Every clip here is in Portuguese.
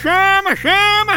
chama, chama!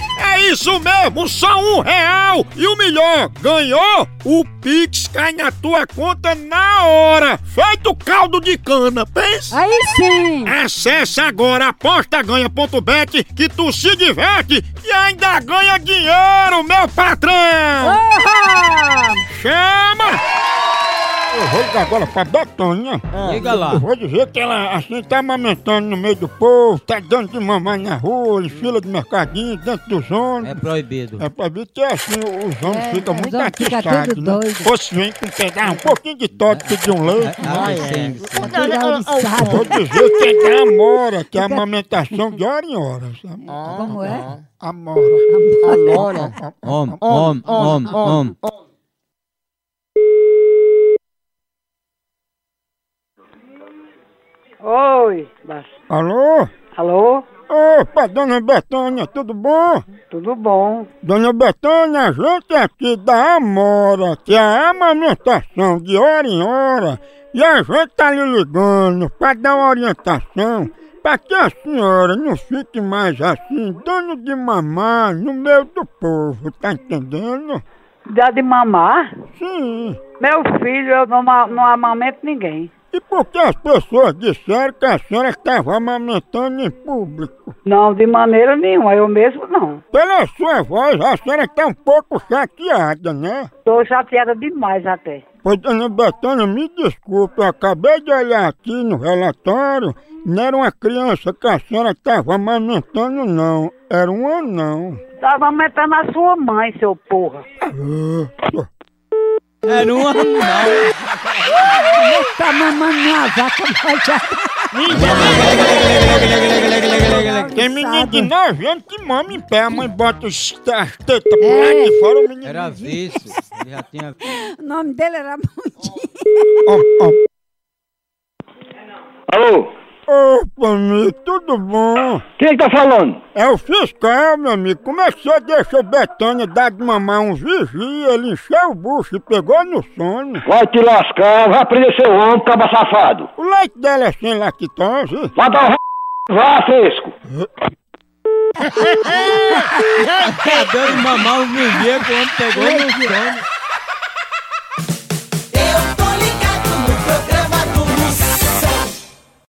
É isso mesmo, só um real! E o melhor, ganhou? O Pix cai na tua conta na hora! Feito caldo de cana, pensa! Aí sim! Acesse agora apostaganha.bet que tu se diverte e ainda ganha dinheiro, meu patrão! Oba! Chama! Eu vou ligar agora pra Betonha. Liga lá. Eu vou dizer que ela assim tá amamentando no meio do povo, tá dando de mamãe na rua, em fila de mercadinho, dentro dos É ônibus. proibido. É pra ver que assim os homens É, ficam os muito homens ficam atiçados, tudo né? doido. Ou se vem com pegar um pouquinho de toque, pedir um leite. Ah, sim, sim. Tá Eu Vou engraçado. dizer que é da Amora, que é a amamentação de hora em hora. sabe? Como é? Amora. Amora. Om, om, om, om. Oi, mas... Alô? alô? Opa, dona Betânia, tudo bom? Tudo bom? Dona Betânia, a gente aqui da Amora, que é a amamentação de hora em hora, e a gente tá lhe ligando pra dar uma orientação pra que a senhora não fique mais assim, dando de mamar no meio do povo, tá entendendo? Dá de mamar? Sim. Meu filho, eu não, ma- não amamento ninguém. E por que as pessoas disseram que a senhora estava amamentando em público? Não, de maneira nenhuma, eu mesmo não. Pela sua voz, a senhora está um pouco chateada, né? Tô chateada demais até. Pois, dona Betânia, me desculpe, eu acabei de olhar aqui no relatório, não era uma criança que a senhora estava amamentando, não. Era um anão. Tava amamentando a sua mãe, seu porra. Era um anão. Tá mamando minha vaca, mas já Tem menino de 9 anos que mama em pé, a mãe bota os- as tetas por lá de fora, o menino... Era avesso. Ele já tinha... Tá O nome dele era Mundinho. Ó, ó. Alô? Opa, amigo, tudo bom? Quem é que tá falando? É o fiscal, meu amigo. Como é que você deixou Betânia dar de mamar um vigia? Ele encheu o bucho e pegou no sono. Vai te lascar, vai prender seu homem, caba safado. O leite dela é sem lactose. Vai dar um r... Vá, fresco. Tá dando mamar um bebê que o homem pegou no sono.